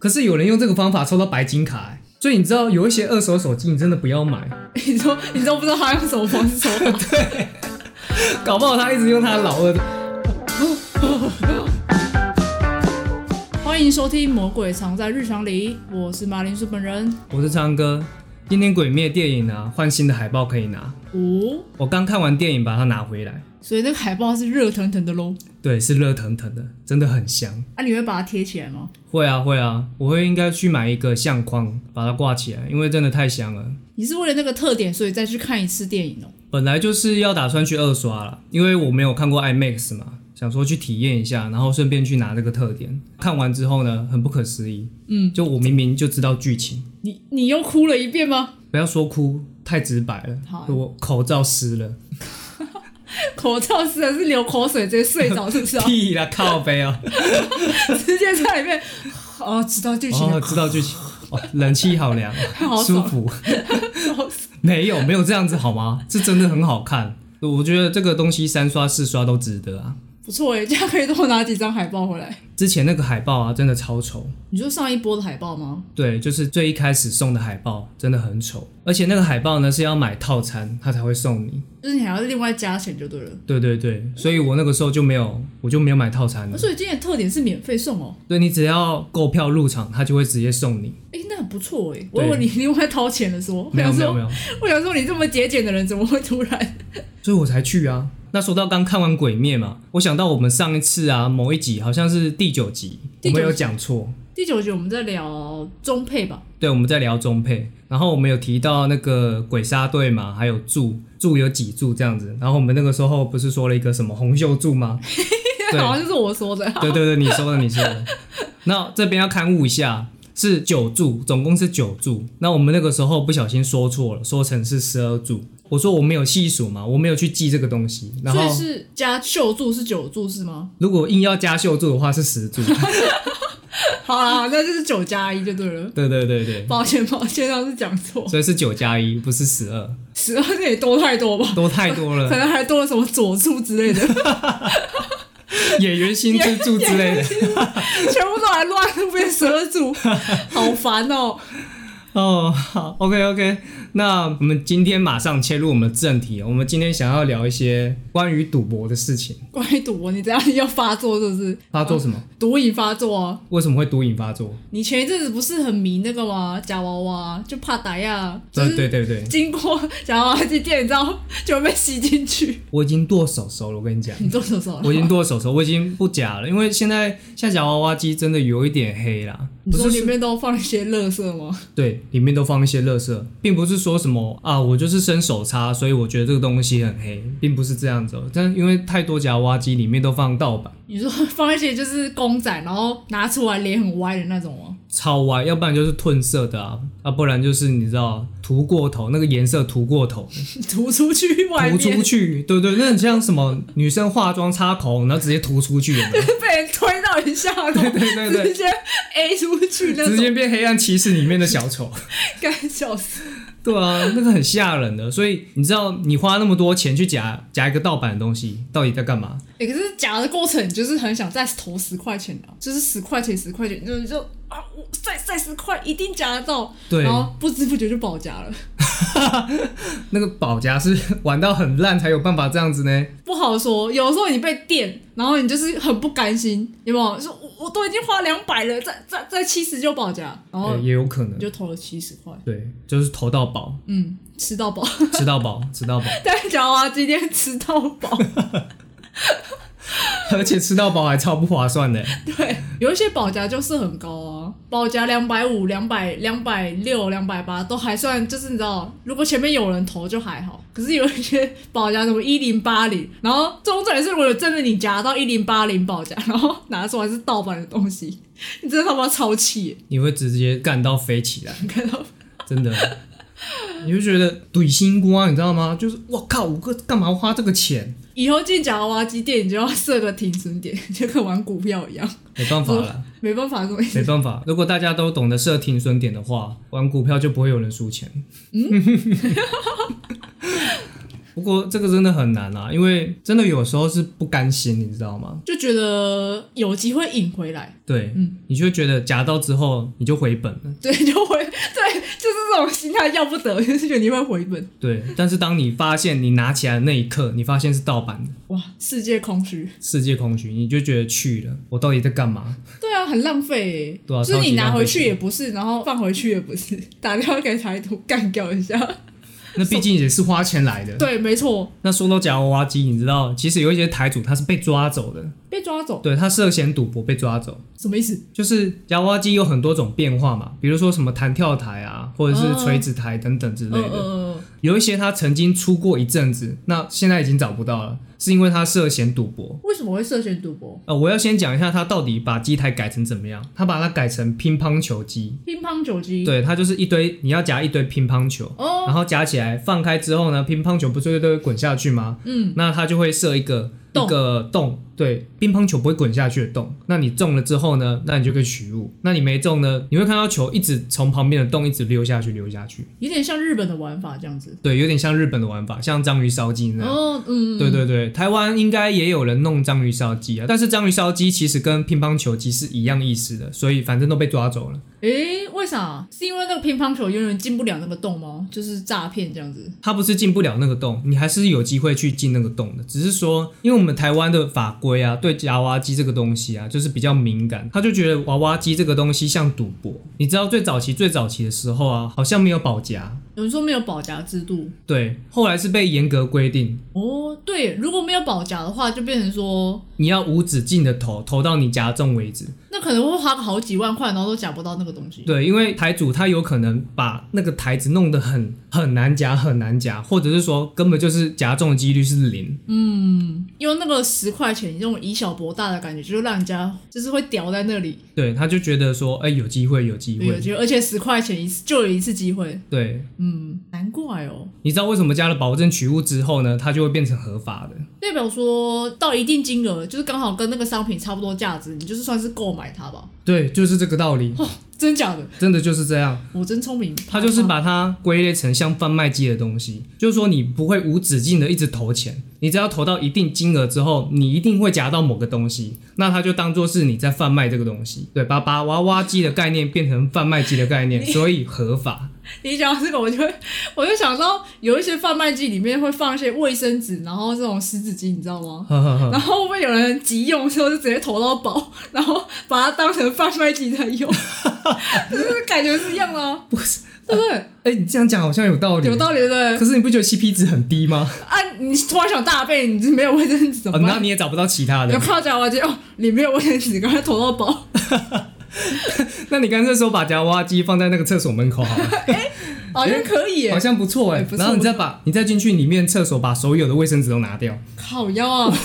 可是有人用这个方法抽到白金卡、欸，所以你知道有一些二手手机你真的不要买， 你说你都不知道他用什么方式抽， 搞不好他一直用他老二的。欢迎收听《魔鬼藏在日常里》，我是马铃薯本人。我是昌哥，今天鬼灭电影啊，换新的海报可以拿。哦，我刚看完电影，把它拿回来，所以那个海报是热腾腾的喽。对，是热腾腾的，真的很香。啊，你会把它贴起来吗？会啊会啊，我会应该去买一个相框把它挂起来，因为真的太香了。你是为了那个特点，所以再去看一次电影哦。本来就是要打算去二刷了，因为我没有看过 IMAX 嘛，想说去体验一下，然后顺便去拿这个特点。看完之后呢，很不可思议，嗯，就我明明就知道剧情，你你又哭了一遍吗？ 不要说哭，太直白了，好我口罩湿了，口罩湿了是流口水，直接睡着是 不是、啊？屁啦，靠背啊，直接在里面， 哦，知道剧情哦，了，知道剧情，哦，冷气好凉，好舒爽，服，好爽没有没有这样子好吗？这真的很好看，我觉得这个东西三刷四刷都值得啊。不错哎，这样可以多拿几张海报回来。之前那个海报啊，真的超丑，你说上一波的海报吗？对，就是最一开始送的海报真的很丑，而且那个海报呢是要买套餐，他才会送你。就是你还要另外加钱就对了。对对对，所以我那个时候就没有，我就没有买套餐了。啊所以今天的特点是免费送哦。对你只要购票入场，他就会直接送你。哎、那很不错哎、我以为你另外掏钱的说，没有没有没有，有，我想说你这么节俭的人怎么会突然？所以我才去啊。那说到刚看完《鬼灭》嘛，我想到我们上一次啊某一集好像是第九集，第九集我们有讲错。第九集我们在聊中配吧，对，我们在聊中配，然后我们有提到那个鬼杀队嘛，还有柱柱有几柱这样子。然后我们那个时候不是说了一个什么红袖柱 吗？对好像就是我说的，对对对，你说的，你说的。那这边要刊物一下，是九柱，总共是九柱。那我们那个时候不小心说错了，说成是十二柱。我说我没有细数嘛，我没有去记这个东西。然所以后是加秀柱是九柱是吗？如果硬要加秀柱的话是十柱。好啦，那就是九加一就对了。对对对对，抱歉抱歉，当时讲错，所以是九加一，不是十二，十二这也多太多吧，多太多可了。能还多了什么左柱之类的，演员心之柱之类的。全部都还乱变十二柱，好烦哦、哦，好，OK OK，那我们今天马上切入我们的正题。我们今天想要聊一些关于赌博的事情，关于赌博，你这样要发作是不是？发作什么？赌瘾发作啊！为什么会毒瘾发作？你前一阵子不是很迷那个吗？夹娃娃，就怕打呀，就对对是对对，经过夹娃娃机店，你知道就会被吸进去。我已经剁手手了，我 跟你 讲，你做手手了吗？我已经剁手手，我已经不假了，因为现在下夹娃娃机真的有一点黑啦，你不说是里面都放一些垃圾吗？对，里面都放一些垃圾，并不是说什么啊，我就是伸手擦，所以我觉得这个东西很黑，并不是这样子、哦。但因为太多夹娃娃机里面都放盗版，你说放一些就是公仔，然后拿出来脸很歪的那种吗？ 超歪，要不然就是褪色的啊，啊，不然就是你知道涂过头，那个颜色涂过 头，涂出去外 涂面，出去，对对，那很像什么女生化妆擦口红，然后直接涂出去，有没有 被人推到一下，对 对对对。直接 A 出去那直种，接变黑暗骑士里面的小丑。干笑死！ 对啊，那个很吓人的。所以你知道，你花那么多钱去夹夹一个盗版的东西，到底在干嘛？欸，可是夹的过程，你就是很想再投十块钱的啊，就是十块钱、十块钱，就就啊，我再再十块，一定夹得到，对然，后不知不觉就保夹了，那个保夹是 玩到很烂才有办法这样子呢。不好说。有时候你被电，然后你就是很不甘心，有没有？说我我都已经花两百了，再再再七十就保夹，然后呃也有可你能。哦就投了七十块，对，就是投到饱，嗯，吃到饱， 吃到饱，吃到饱，但夹娃娃机店吃到饱。而且吃到饱还超不划算的。对，有一些保夹就是很高啊，保夹两百五、两百、两百六、两百八都还算，就是你知道，如果前面有人投就还好。可是有一些保夹什么一零八零，然后中转是如果有真的你夹到一零八零保夹，然后拿出来是盗版的东西， 你真的他妈超气耶！你会直接干到飞起来，你看到真的。你就觉得怼心瓜，你知道吗？就是我靠，我个干嘛花这个钱？以后进夹娃娃机店，你就要设个停损点，就跟玩股票一样，没办法了，没办法，没办法。如果大家都懂得设停损点的话，玩股票就不会有人输钱。不过这个真的很难啊，因为真的有时候是不甘心，你知道吗？就觉得有机会引回来，对，嗯你就会觉得夹到之后你就回本了，对，就回，对，就是这种心态要不得，就是觉得你会回本，对。但是当你发现你拿起来的那一刻，你发现是盗版的，哇，世界空虚，世界空虚，你就觉得去了，我到底在干嘛？对啊，很浪费耶、对啊就是你拿超级浪回费去也不是，然后放回去也不是，打电话给台独干掉一下，那毕竟也是花钱来的。对，没错，那说到夹娃娃机，你知道，其实有一些台主他是被抓走的，被抓走，对他涉嫌赌博被抓走。什么意思？就是夹娃娃机有很多种变化嘛，比如说什么弹跳台啊，或者是垂直台等等之嗯类哦嗯的。嗯，嗯有一些它曾经出过一阵子，那现在已经找不到了，是因为它涉嫌赌博。为什么会涉嫌赌博？呃，我要先讲一下它到底把机台改成怎么样。它把它改成乒乓球机，乒乓球机，对，它就是一堆你要夹一堆乒乓球，哦，然后夹起来放开之后呢，乒乓球不是都会滚下去吗？嗯，那它就会设一个洞一个洞，对，乒乓球不会滚下去的洞。那你中了之后呢，那你就可以取物。那你没中呢，你会看到球一直从旁边的洞一直溜下去，溜下去。有点像日本的玩法这样子，对，有点像日本的玩法，像章鱼烧鸡那样。哦，嗯，对对对，台湾应该也有人弄章鱼烧鸡啊，但是章鱼烧鸡其实跟乒乓球机是一样意思的，所以反正都被抓走了。诶，为啥？是因为那个乒乓球永远进不了那个洞吗？就是诈骗这样子。它不是进不了那个洞，你还是有机会去进那个洞的。只是说，因为我们台湾的法规啊，对夹娃娃机这个东西啊，就是比较敏感，他就觉得娃娃机这个东西像赌博。你知道最早期最早期的时候啊，好像没有保夹，有人说没有保夹制度对，后来是被严格规定，哦，对耶，如果没有保夹的话，就变成说你要无止境的投，投到你夹中为止。那可能会花个好几万块，然后都夹不到那个东西。对，因为台主他有可能把那个台子弄得很很难夹，很难夹，或者是说根本就是呃夹中的几率是零。用那个十块钱，用以小博大的感觉，就是让人家就是会屌在那里，对，他就觉得说，哎、有机会，有机对，有会。机会，而且十块钱一次就有一次机会，对，嗯，难怪哦，你知道为什么加了保证取物之后呢，它就会变成合法的？代表说到一定金额，就是刚好跟那个商品差不多价值，你就是算是购买它吧，对，就是这个道理，哦真假的？真的就是这样。我真聪明，它就是把它归类成像贩卖机的东西，就是说你不会无止境的一直投钱，你只要投到一定金额之后，你一定会夹到某个东西，那它就当做是你在贩卖这个东西，对，把把娃娃机的概念变成贩卖机的概 念，所以合法。你讲到这个，我就会， 我就想到有一些贩卖机里面会放一些卫生纸，然后这种湿纸巾，你知道吗？呵呵呵，然后会不会有人急用的时候就直接投到宝，然后把它当成贩卖机 在用，就是感觉是一样的、啊，不是，对不对？哎、你这样讲好像有道理，有道理对不对？可是你不觉得 CP 值很低 吗？啊，你突然想大便，你是没有卫生纸怎哦，么那办？你也找不到其他你 的就，看到夹娃娃机哦，里面有卫生纸，赶快投到 宝。那你干脆说把夹娃娃机放在那个厕所门口好了。好像可以哎好耶，像不错哎、哎不错然后你再把你再进去里面厕所，把所有的卫生纸都拿 掉，靠 腰啊！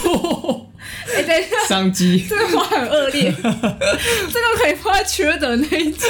哎、等一下，商机。这个话很 恶劣，这个可以放在缺德那一集。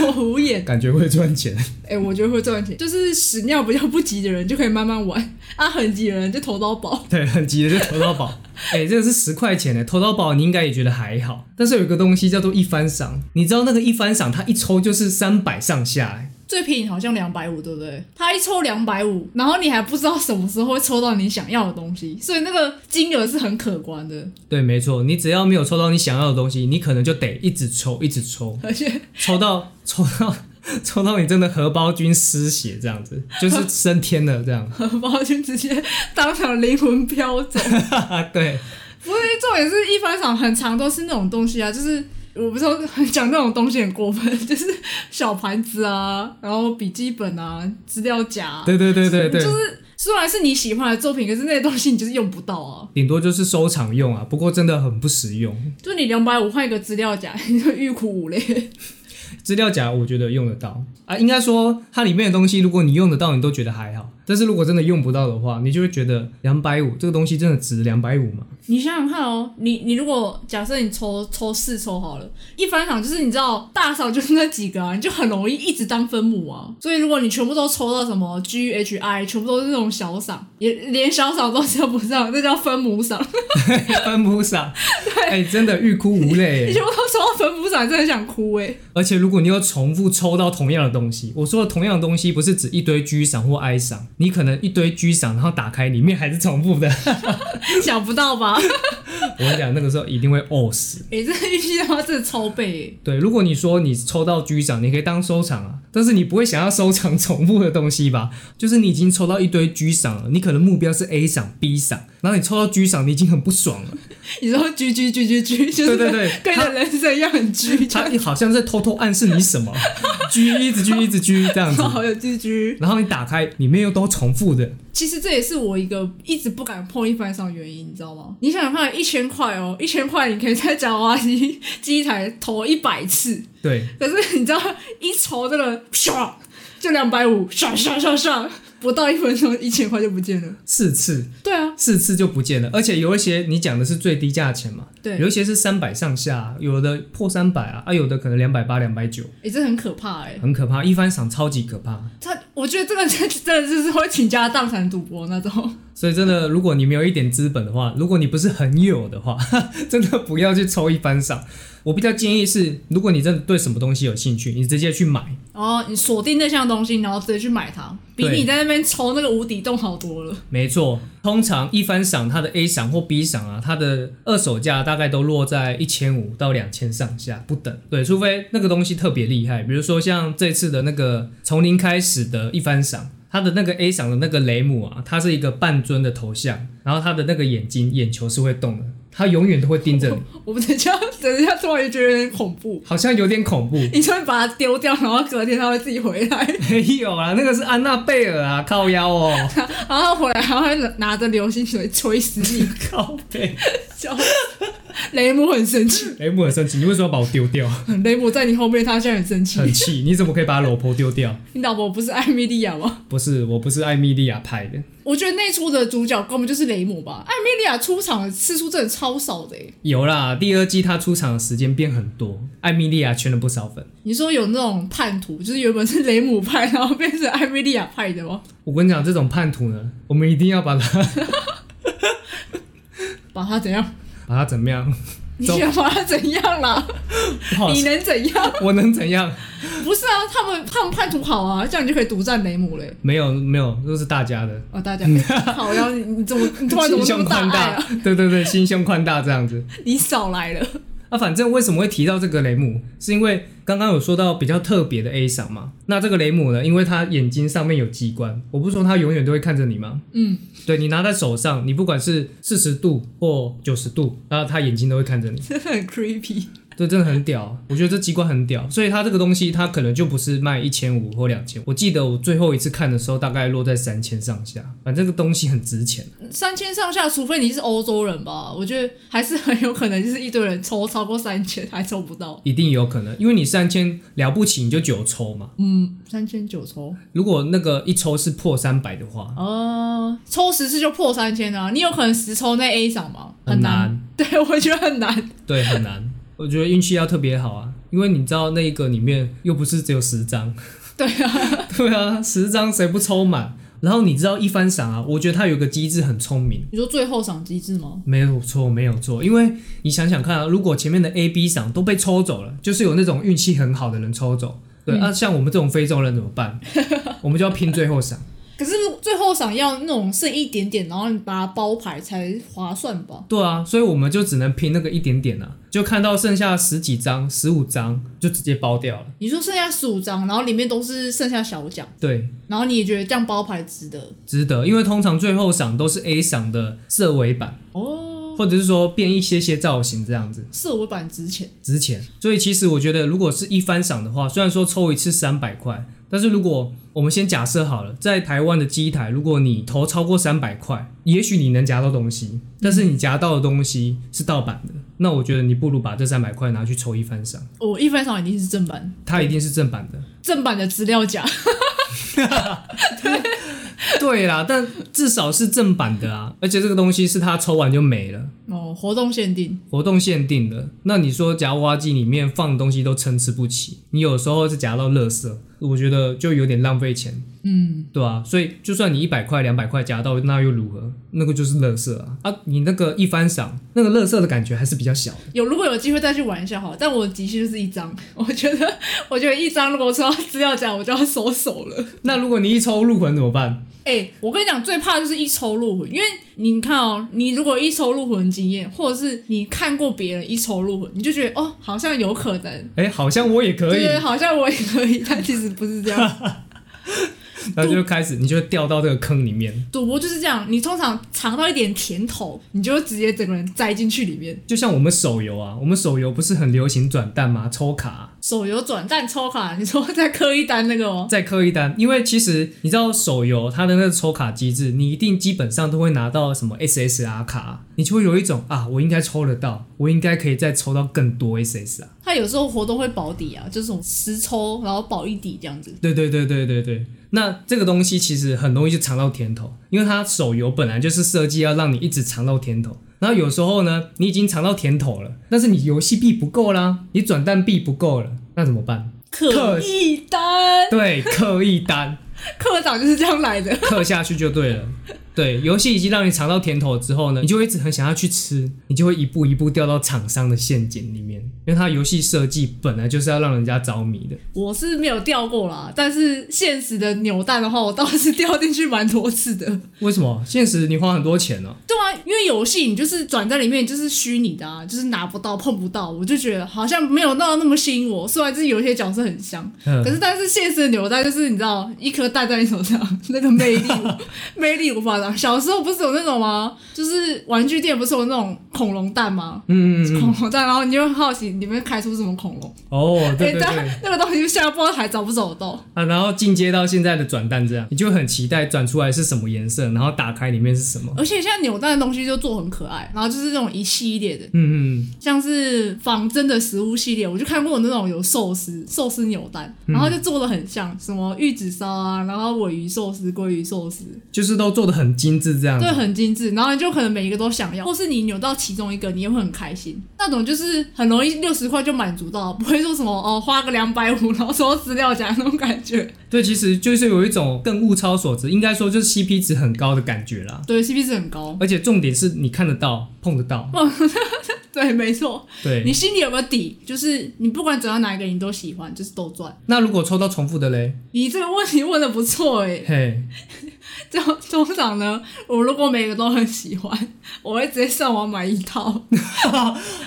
我无言，感觉会赚钱， 哎、我觉得会赚钱，就是屎尿比较不急的人就可以慢慢玩，啊，很急的人就投到宝。对，很急的就投到 宝。哎、这个是十块钱欸的、投到宝你应该也觉得还好。但是有一个东西叫做一番赏，你知道那个一番赏，它一抽就是三百上下、哎最便宜好像两百五，对不对？他一抽两百五，然后你还不知道什么时候会抽到你想要的东西，所以那个金额是很可观的，对，没错，你只要没有抽到你想要的东西，你可能就得一直抽，一直抽，而且抽到 抽到抽到你真的荷包君失血这样子，就是升天了这样。 荷包就直接当场灵魂飘走。对，不是，重点是一番赏很长都是那种东西啊，就是我不知道讲那种东西很过分，就是小盘子啊，然后笔记本啊，资料夹啊、对对对对对，就是虽然是你喜欢的作品，可是那些东西你就是用不到啊。顶多就是收藏用啊，不过真的很不实用。就你两百五换一个资料夹，你就欲哭无泪。资料夹我觉得用得到啊，应该说它里面的东西，如果你用得到，你都觉得还好。但是如果真的用不到的话，你就会觉得两百五这个东西真的值两百五吗？你想想看哦，你你如果假设你抽抽四抽好了，一番赏就是你知道大赏就是那几个啊，你就很容易一直当分母啊。所以如果你全部都抽到什么 G H I，全部都是那种小赏，也连小赏都称不上，那叫分母赏。 嗯分不上，哎、真的欲哭无泪你 耶。全部都抽到分母赏，真的很想哭哎、而且如果你又重复抽到同样的东西，我说的同样的东西不是指一堆 G 赏或 I 赏，你可能一堆居赏，然后打开里面还是重复的。 想不到吧？ 我跟你讲，那个时候一定会呕死。哎、这运气他妈真的超背、欸对，如果你说你抽到居赏，你可以当收藏啊，但是你不会想要收藏重复的东西吧？就是你已经抽到一堆居赏了，你可能目标是 A 赏、B 赏，然后你抽到居赏，你已经很不爽了。你说居居居居居，就是对对对跟你的人生一样很居，这他样好像在偷偷暗示你什么，居一直居一直居这样子，好有居居。然后你打开里面又都重复的，其实这也是我一个一直不敢碰一番赏的原因，你知道吗？你想想看，一千块哦，一千块你可以在夹娃娃机机台投一百次，对，可是你知道一抽这个唰就两百五，唰唰唰唰，不到一分钟一千块就不见了。四次 对啊，四次就不见了，而且有一些你讲的是最低价钱嘛，对啊有一些是三百上下，啊有的破三百啊，啊，有的可能两百八、两百九，哎、这很可怕哎、很可怕，一番赏超级可怕。他，我觉得这个真真的就是会倾家荡产赌博那种。所以真的，如果你没有一点资本的话，如果你不是很有的话， 真的不要去抽一番赏。我比较建议是，如果你真的对什么东西有兴趣，你直接去买。哦，你锁定那项东西，然后直接去买它，比对你在那边抽那个无底洞好多了。没错，通常一番赏它的 A 赏或 B 赏啊，它的二手价大概都落在一千五到两千上下不等。对，除非那个东西特别厉害，比如说像这次的那个从零开始的一番赏，它的那个 A 赏的那个雷姆啊，它是一个半尊的头像，然后它的那个眼睛眼球是会动的，它永远都会盯着你，我们等一下，等一下突然就觉得有点恐怖。好像有点 恐怖。你就会把它丢掉，然后隔天它会自己回来，没有啦，那个是安娜贝尔啊，靠腰 哦，然后回来还会拿着流星锤锤死你。靠背。笑死雷姆很生气，雷姆很生气，你为什么要把我丢掉？雷姆在你后面，他现在很生气。很气，你怎么可以把老婆丢掉？你老婆不是艾米莉亚吗？不是，我不是艾米莉亚拍的，我觉得那出的主角根本就是雷姆吧。艾米莉亚出场的次数真的超少的、欸，有啦，第二季她出场的时间变很多，艾米莉亚圈了不少粉。你说有那种叛徒，就是原本是雷姆派，然后变成艾米莉亚派的吗？我跟你讲，这种叛徒呢，我们一定要把他 把他怎样？把他怎么样？你走想把他怎样啦？不好你说，能怎样？ 我能怎样？不是啊，他们他们叛徒好啊，这样你就可以独占雷姆嘞、没有没有，都是大家的。哦，大家好呀，你你怎么 你突然怎么心那胸么宽大爱大啊？，对对对，心胸宽大这样子。你少来了， 啊，反正为什么会提到这个雷姆，是因为刚刚有说到比较特别的 A 赏嘛。那这个雷姆呢，因为它眼睛上面有机关，我不是说它永远都会看着你吗？嗯，对你拿在手上，你不管是四十度或九十度，然后它眼睛都会看着你，真的很 creepy。这真的很屌。啊我觉得这机关很屌，所以它这个东西它可能就不是卖一千五或两千。我记得我最后一次看的时候，大概落在三千上下，反正这个东西很值钱。三千上下，除非你是欧洲人吧，我觉得还是很有可能就是一堆人抽超过三千还抽不到。一定有可能，因为你三千了不起你就九抽嘛。嗯，三千九抽，如果那个一抽是破三百的话，哦，抽十次就破三千啊！你有可能十抽那 A 赏吗？很难难， 对我觉得很难。对，很难。 我觉得运气要特别好啊，因为你知道那一个里面又不是只有十张，对啊， 对啊，十张谁不抽满？然后你知道一番赏啊，我觉得它有个机制很聪明，你说最后赏机制吗？没有错，没有错。因为你想想看啊，如果前面的 A、B 赏都被抽走了，就是有那种运气很好的人抽走，对，嗯那、像我们这种非洲人怎么 办？我们就要拼最后赏。可是最后赏要那种剩一点点，然后你把它包牌才划算吧？对啊，所以我们就只能拼那个一点点啊，就看到剩下十几张、十五张就直接包掉了。你说剩下十五张，然后里面都是剩下小奖，对，然后你也觉得这样包牌值得值得，因为通常最后赏都是 A 赏的色尾版，哦，或者是说变一些些造型这样子色尾版值钱，值钱。所以其实我觉得，如果是一番赏的话，虽然说抽一次三百块，但是如果我们先假设好了，在台湾的机台，如果你投超过三百块，也许你能夹到东西，但是你夹到的东西是盗版的，那我觉得你不如把这三百块拿去抽一番赏，我、一番赏一定是正版，它一定是正版的。正版的资料夹， 对啦，但至少是正版的啊，而且这个东西是他抽完就没了。哦，活动限定，活动限定的，那你说夹娃娃机里面放的东西都参差不齐，你有时候是夹到垃圾，我觉得就有点浪费钱，嗯，对吧、所以就算你一百块、两百块夹到，那又如何？那个就是垃圾啊！啊，你那个一翻赏，那个垃圾的感觉还是比较小的。有如果有机会再去玩一下好了，但我的确就是一张， 我觉得我觉得一张如果抽到资料夹，我就要收手了。那如果你一抽入魂怎么办？ 哎、我跟你讲，最怕的就是一抽入魂，因为你看哦，你如果一抽入魂经验，或者是你看过别人一抽入魂，你就觉得哦，好像有可能，哎、好像我也可以对，，啊好像我也可以，但其实不是这样。然后就开始，你就会掉到这个坑里面。赌博就是这样，你通常尝到一点甜头，你就会直接整个人栽进去里面。就像我们手游啊，我们手游不是很流行转蛋吗？抽卡啊、手游转蛋抽卡，你说在磕一单那个哦，再磕一单，因为其实你知道手游它的那个抽卡机制，你一定基本上都会拿到什么 SSR 卡，你就会有一种啊，我应该抽得到，我应该可以再抽到更多 SSR。它有时候活动会保底啊，就是从十抽然后保一底这样子。对对对对对对，那这个东西其实很容易就尝到甜头，因为它手游本来就是设计要让你一直尝到甜头。然后有时候呢，你已经尝到甜头了，但是你游戏币不够啦，你转蛋币不够了，那怎么办？刻一单，对，刻一单。课长就是这样来的。刻下去就对了。对，游戏已经让你尝到甜头之后呢，你就会一直很想要去吃，你就会一步一步掉到厂商的陷阱里面，因为它游戏设计本来就是要让人家着迷的。我是没有掉过啦，但是现实的扭蛋的话，我倒是掉进去蛮多次的。为什么？现实你花很多钱哦、对啊，因为游戏你就是转在里面就是虚拟的啊，就是拿不到碰不到，我就觉得好像没有到那么吸引我。虽然就是有一些角色很像，嗯可是但是现实的扭蛋就是你知道一颗蛋在你手上， 那 个魅力魅力无法挡。小时候不是有那种吗？就是玩具店不是有那种恐龙蛋吗？嗯，嗯嗯恐龙蛋，然后你就会好奇里面开出什么恐龙， 哦，对对但对那个东西现在不知道还找不找得到。啊，然后进阶到现在的转蛋这样，你就很期待转出来是什么颜色，然后打开里面是什么。而且现在扭蛋的东西就做很可爱，然后就是那种一系列的，嗯嗯像是仿真的食物系列，我就看过那种有寿司、寿司扭蛋，嗯然后就做的很像，什么玉子烧啊，然后尾鱼寿司、鲑鱼寿司，嗯，就是都做的很精致这样子对，。很精致。然后你就可能每一个都想要，或是你扭到其中一个，你也会很开心。那种就是很容易六十块就满足到，不会说什么哦花个两百五，然后收资料夹那种感觉。对，其实就是有一种更物超所值，应该说就是 CP 值很高的感觉啦。对，CP 值很高。而且重点是你看得到、碰得到，对，没错，对，你心里有个底，就是你不管转到哪一个，你都喜欢，就是都赚。那如果抽到重复的嘞，你这个问题问的不错哎、嘿，就 通常呢，我如果每个都很喜欢，我会直接上网买一套，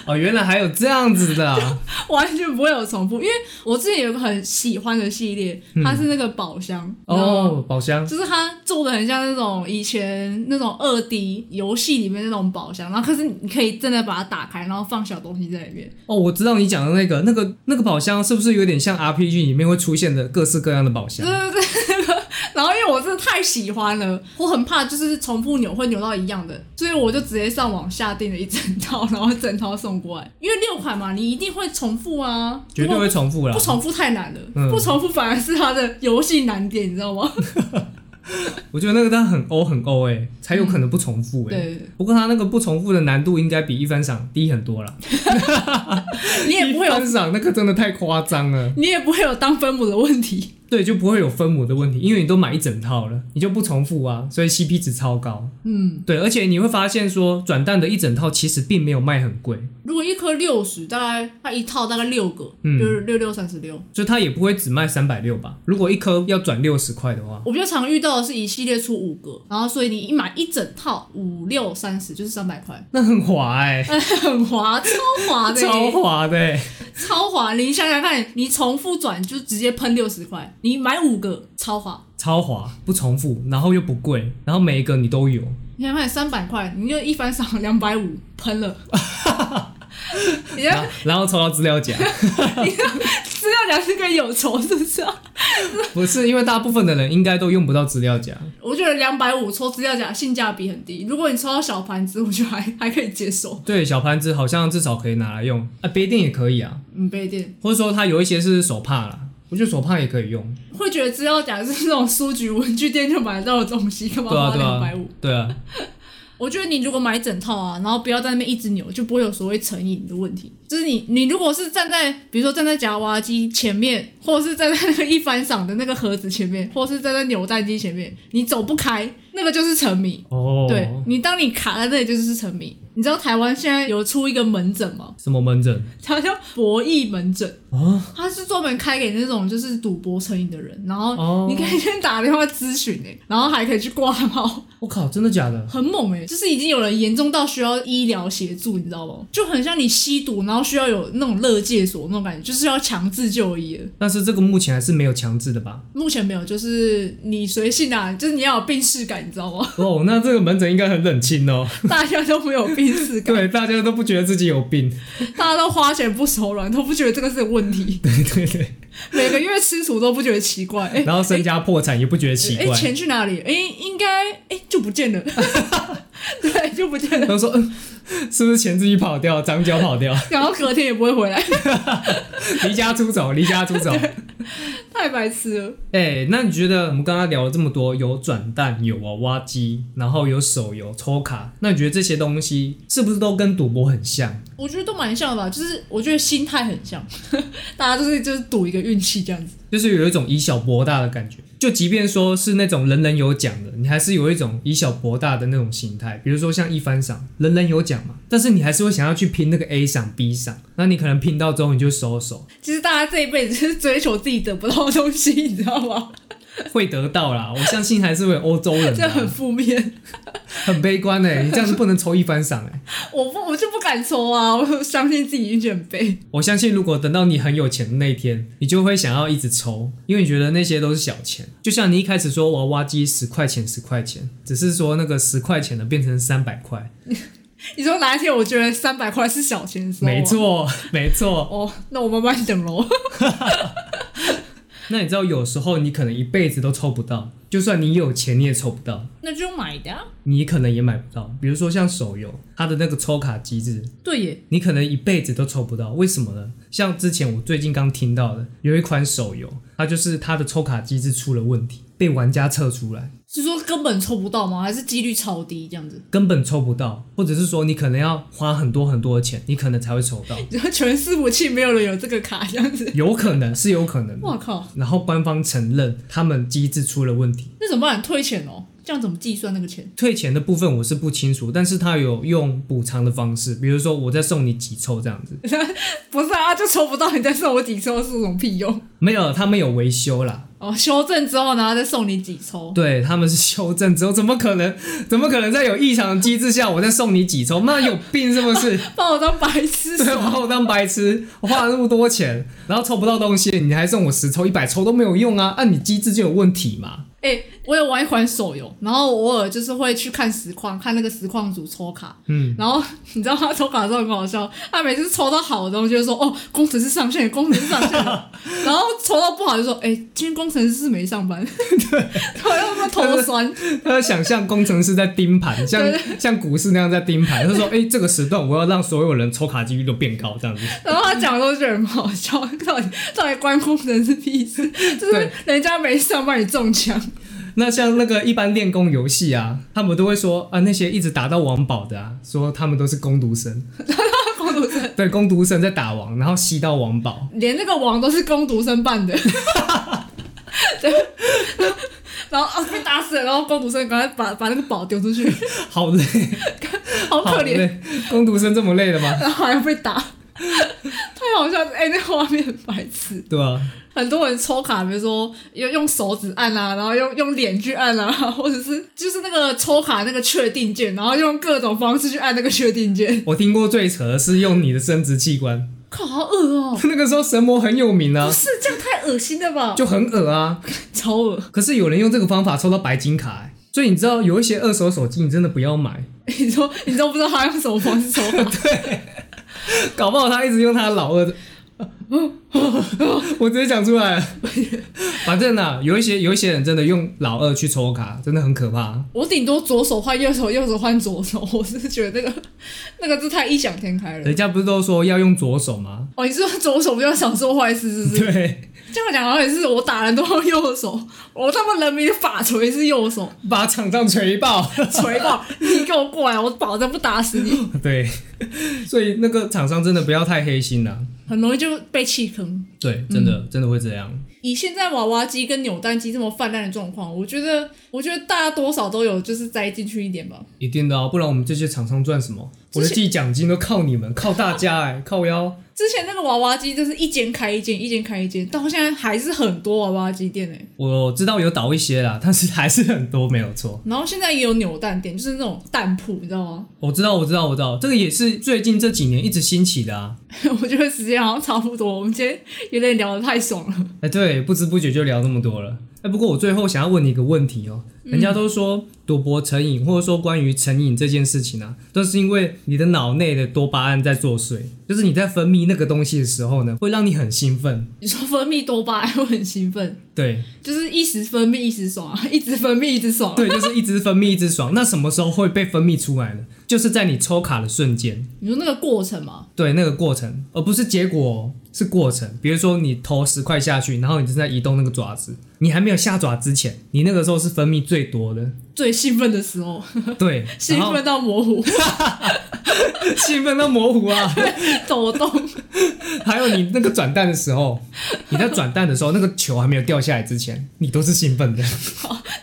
哦，原来还有这样子的啊，完全不会有重复。因为我之前有一个很喜欢的系列，它是那个宝箱，哦，宝箱然后，就是它做的很像那种以前那种二 D 游戏里面那种宝箱，然后可是你可以真的把它打开，然后放小东西在里面。哦，我知道你讲的那个，那个那个宝箱是不是有点像 RPG 里面会出现的各式各样的宝箱对？对对，然后因为我真的太喜欢了，我很怕就是重复扭会扭到一样的，所以我就直接上网下订了一整套，然后整套送过来。因为六款嘛，你一定会重复啊，绝对如果会重复啦不。重复太难了，嗯不重复反而是它的游戏难点，你知道吗？我觉得那个它很欧很欧哎、才有可能不重复哎、嗯对，不过它那个不重复的难度应该比一番赏低很多啦。你也不 会一有，番赏那个真的太夸张了，你也不会有当分母的问题。对，就不会有分母的问题，因为你都买一整套了，你就不重复啊，所以 CP 值超高。嗯，对，而且你会发现说转蛋的一整套其实并没有卖很贵，如果一颗六十，大概它一套大概六个，嗯就是六六三十六。就它也不会只卖三百六吧？如果一颗要转六十块的话，我比较常遇到的是一系列出五个，然后所以你一买一整套五六三十就是三百块。那很滑哎、 很滑，超滑的、超滑的、欸，超滑！你想想看，你重复转就直接喷六十块，你买五个超滑。超滑，不重复，然后又不贵，然后每一个你都有，你想想看，三百块你就一翻赏两百五，喷了。你然看后 然后抽到资料 夹，资料夹是跟有仇是不是啊？不是因为大部分的人应该都用不到资料夹，我觉得两百五抽资料夹性价比很低，如果你抽到小盘子，我觉得还还可以接受。对，小盘子好像至少可以拿来用啊，杯垫也可以啊，嗯，不一定或者说它有一些是手帕啦，我觉得手帕也可以用，会觉得资料夹是那种书局文具店就买得到的东西，干嘛对啊花对两啊百五？，对啊，我觉得你如果买整套啊，然后不要在那边一直扭，就不会有所谓成瘾的问题。就是你，你如果是站在，比如说站在夹娃娃机前面，或者是站在那个一番赏的那个盒子前面，或者是站在扭蛋机前面，你走不开，那个就是沉迷。哦，对你，当你卡在那里就是沉迷。你知道台湾现在有出一个门诊吗？ 什么门诊它叫博弈门诊。啊？他是专门开给那种就是赌博成瘾的人，然哦后你可以先打电话咨询哎，然后还可以去挂号，我靠，真的假的？很猛哎、就是已经有人严重到需要医疗协助，你知道吗？就很像你吸毒，然后需要有那种乐戒所那种感觉，就是要强制就医了。但是这个目前还是没有强制的吧？目前没有，就是你随性啊，就是你要有病逝感，你知道 吗？哦，那这个门诊应该很冷清哦。大家都没有病逝 感，对，大家都不觉得自己有病。 大家都花钱不手软，都不觉得这个是 问题，对对对，每个月吃土都不觉得奇怪。哎、然后身家破产也不觉得奇哎、怪。钱去哪里？哎、应该哎、就不见了， 对，就不见了。然后说，嗯，是不是钱自己跑掉，长脚跑掉， 然后隔天也不会回来，离家出走，离家出走。太白痴了。哎、那你觉得我们刚刚聊了这么多，有转蛋，有娃娃机，然后有手游、抽卡，那你觉得这些东西是不是都跟赌博很像？我觉得都蛮像的吧，啊就是我觉得心态很像， 大家都是就是赌一个运气这样子。就是有一种以小博大的感觉。就即便说是那种人人有奖的，你还是有一种以小博大的那种心态。比如说像一番赏，人人有奖嘛，但是你还是会想要去拼那个 A 赏、B 赏，那你可能拼到之后你就收手，其实大家这一辈子就是追求自己得不到的东西，你知道吗？会得到啦。我相信还是会有欧洲人 这很啊，负面，很悲观哎、你这样是不能抽一番赏哎、我不我就不敢抽啊，我相信自己已经准备。我相信，如果等到你很有钱的那一天，你就会想要一直抽，因为你觉得那些都是小钱。就像你一开始说娃娃机十块钱、十块钱，只是说那个十块钱的变成三百块，你说哪一天我觉得三百块是小钱的时候啊没。错，没错。哦，那我慢慢等喽。那你知道，有时候你可能一辈子都抽不到，就算你有钱你也抽不到，那就买的、啊。你可能也买不到。比如说像手游，它的那个抽卡机制，对耶，你可能一辈子都抽不到，为什么呢？像之前我最近刚听到的，有一款手游，它就是它的抽卡机制出了问题，被玩家测出来。是说根本抽不到吗？还是几率超低这样子？根本抽不到，或者是说你可能要花很多很多的钱，你可能才会抽到，然后全伺服器没有人有这个卡这样子。有可能是有可能的。哇靠，然后官方承认他们机制出了问题，那怎么办？退钱哦？这样怎么计算那个钱？退钱的部分我是不清楚，但是他有用补偿的方式，比如说我再送你几抽这样子，不是啊，就抽不到，你再送我几抽是有什么屁用？没有，他们有维修啦，哦，修正之后，然后再送你几抽。对，他们是修正之后，怎么可能，怎么可能在有异常的机制下我再送你几抽？那有病是不是？把我当白痴对，耍把我当白痴，我花了那么多钱，然后抽不到东西，你还送我十抽、一百抽都没有用啊！按、你机制就有问题嘛？哎、我有玩一款手游，然后偶尔就是会去看实况，看那个实况组抽卡。嗯，然后你知道他抽卡的时候很好笑，他每次抽到好的东西就说：“哦，工程师上线，工程师上线。” 然后抽到不好就说：“哎、今天工程师没 上班。”对，然后他妈头酸。他想象工程师在盯盘，像像股市那样在盯盘。他说：“哎、这个时段我要让所有人抽卡几率都变高，这样子。”然后他讲的时候就觉得很好笑，到底到底关工程师屁事？就是对人家没上班，你中枪。那像那个一般练功游戏啊，他们都会说啊，那些一直打到王宝的啊，说他们都是攻读生， 工读生对，攻读生在打王，然后吸到王宝。连那个王都是工读生办的。 对，然后啊被打死了，然后工读生赶快把把那个宝丢出 去，好累，好好 可怜。累，攻读生这么累的吗？然后还要被打，太好笑了！哎、那个画面很白痴，对啊，很多人抽卡，比如说用用手指按啊，然后用用脸去按啊， 或者是就是那个抽卡那个确定键，然后用各种方式去按那个确定键，我听过最扯的是用你的生殖器官，靠，好恶哦、 那个时候神魔很有名啊不，是这样太恶心了吧？就很恶啊。超恶，可是有人用这个方法抽到白金卡、欸，所以你知道有一些二手手机你真的不要买，你说你都不知道他用什么方式抽卡，搞不好他一直用他老二的。我直接讲出来了，反正啊，有一些有一些人真的用老二去抽卡，真的很可怕。我顶多左手换右手，右手换左手，我是觉得那个那个字太异想天开了。人家不是都说要用左手吗？哦，你是说左手不要想做坏事，是不是？对，这样讲好像也是我打人都用右手，我他妈人民的法锤是右手，把场上锤爆。锤爆你给我过来，我保证不打死你，对，所以那个厂商真的不要太黑心了、啊很容易就被气坑。对，真的、真的会这样。以现在娃娃机跟扭蛋机这么泛滥的状况，我觉得，我觉得大家多少都有就是栽进去一点吧。一定的啊，不然我们这些厂商赚什么？我的之前寄奖金都靠你们，靠大家哎、靠腰。之前那个娃娃机就是一间开一间，一间开一间，到现在还是很多娃娃机店哎、我知道有倒一些啦，但是还是很多没有错。然后现在也有扭蛋店，就是那种蛋铺，你知道吗？ 哦我知道，我知道，我知道，这个也是最近这几年一直兴起的啊。我觉得时间好像差不多，我们今天有点聊得太爽了。哎，对，不知不觉就聊那么多了。哎，不过我最后想要问你一个问题哦，人家都说赌博成瘾，或者说关于成瘾这件事情啊，都是因为你的脑内的多巴胺在作祟，就是你在分泌那个东西的时候呢，会让你很兴奋。你说分泌多巴胺，我很兴奋，对，就是一时分泌一时爽，啊 一直分泌一直爽。对，就是一直分泌一直爽。那什么时候会被分泌出来呢？就是在你抽卡的瞬间，你说那个过程嘛，对那个过程，而不是结果哦、是过程。比如说你投十块下去，然后你正在移动那个爪子，你还没有下爪之前，你那个时候是分泌最多 的，最兴奋的时候，对，兴然后奋到模糊、 兴奋到模糊啊！抖动。还有你那个转蛋的时候，你在转蛋的时候，那个球还没有掉下来之前，你都是兴 奋的。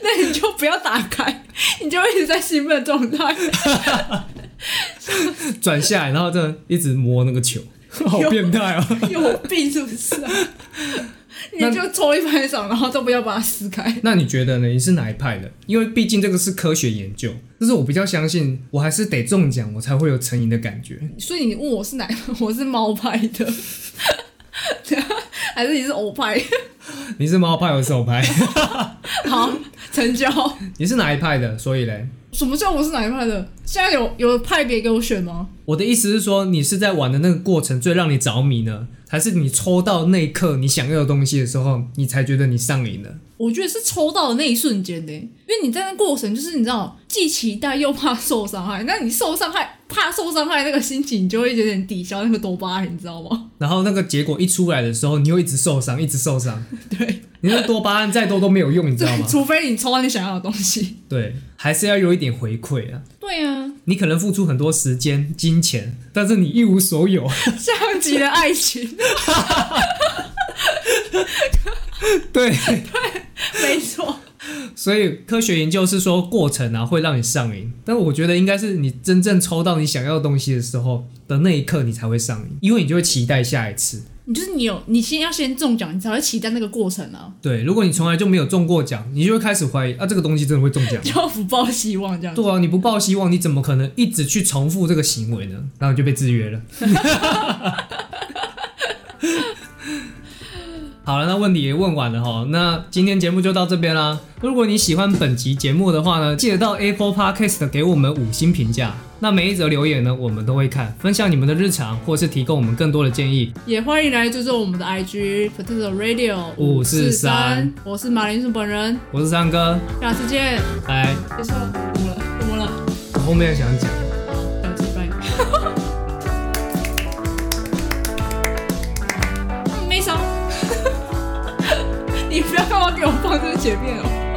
那你就不要打开，你就一直在兴奋状态，转下来，然后这一直摸那个 球，好变态哦！有病是不是、啊？你那就抽一番赏，然后都不要把它撕开。那你觉得呢？你是哪一派的？因为毕竟这个是科学研究，但是我比较相信，我还是得中奖，我才会有成瘾的感觉。所以你问我是哪一派，我是猫派的， 还是你是欧派？你是猫派，我是手派，好，成交。你是哪一派的？所以嘞，什么叫我是哪一派的？现在有有派别给我选吗？我的意思是说，你是在玩的那个过程最让你着迷呢，还是你抽到那一刻你想要的东西的时候，你才觉得你上瘾了？我觉得是抽到的那一瞬间的，因为你在那过程就是你知道，既期待又怕受伤害。那你受伤害，怕受伤害那个心情，你就会有点抵消那个多巴胺，你知道吗？然后那个结果一出来的时候，你又一直受伤，一直受伤，对。你那多巴胺再多都没有用，你知道 对，吗？除非你抽到你想要的东西。对，还是要有一点回馈啊。对 啊，你可能付出很多时间、金钱，但是你一无所有，像极了爱情，对。没错。所以科学研究是说过程啊会让你上瘾，但我觉得应该是你真正抽到你想要的东西的时候的那一刻，你才会上瘾，因为你就会期待下一次。你就是你有，你先要先中奖，你才会期待那个过程啊，对，如果你从来就没有中过奖，你就会开始怀疑啊，这个东西真的会中奖吗？ 就要不抱希望这样子。对啊，你不抱希望，你怎么可能一直去重复这个行为呢？然后你就被制约了。 好了，那问题也问完了哈，那今天节目就到这边啦。如果你喜欢本集节目的话呢，记得到 Apple Podcast 给我们五星评价。那每一则留言呢，我们都会看，分享你们的日常，或是提供我们更多的建议。也欢迎来追踪我们的 IG Potato Radio 543，我是马铃薯本人，我是三哥，下次见。来，结束了，怎么了？怎么了？我后面想讲。下次拜。 嗯没啥。你不要让我给我放这个前面哦。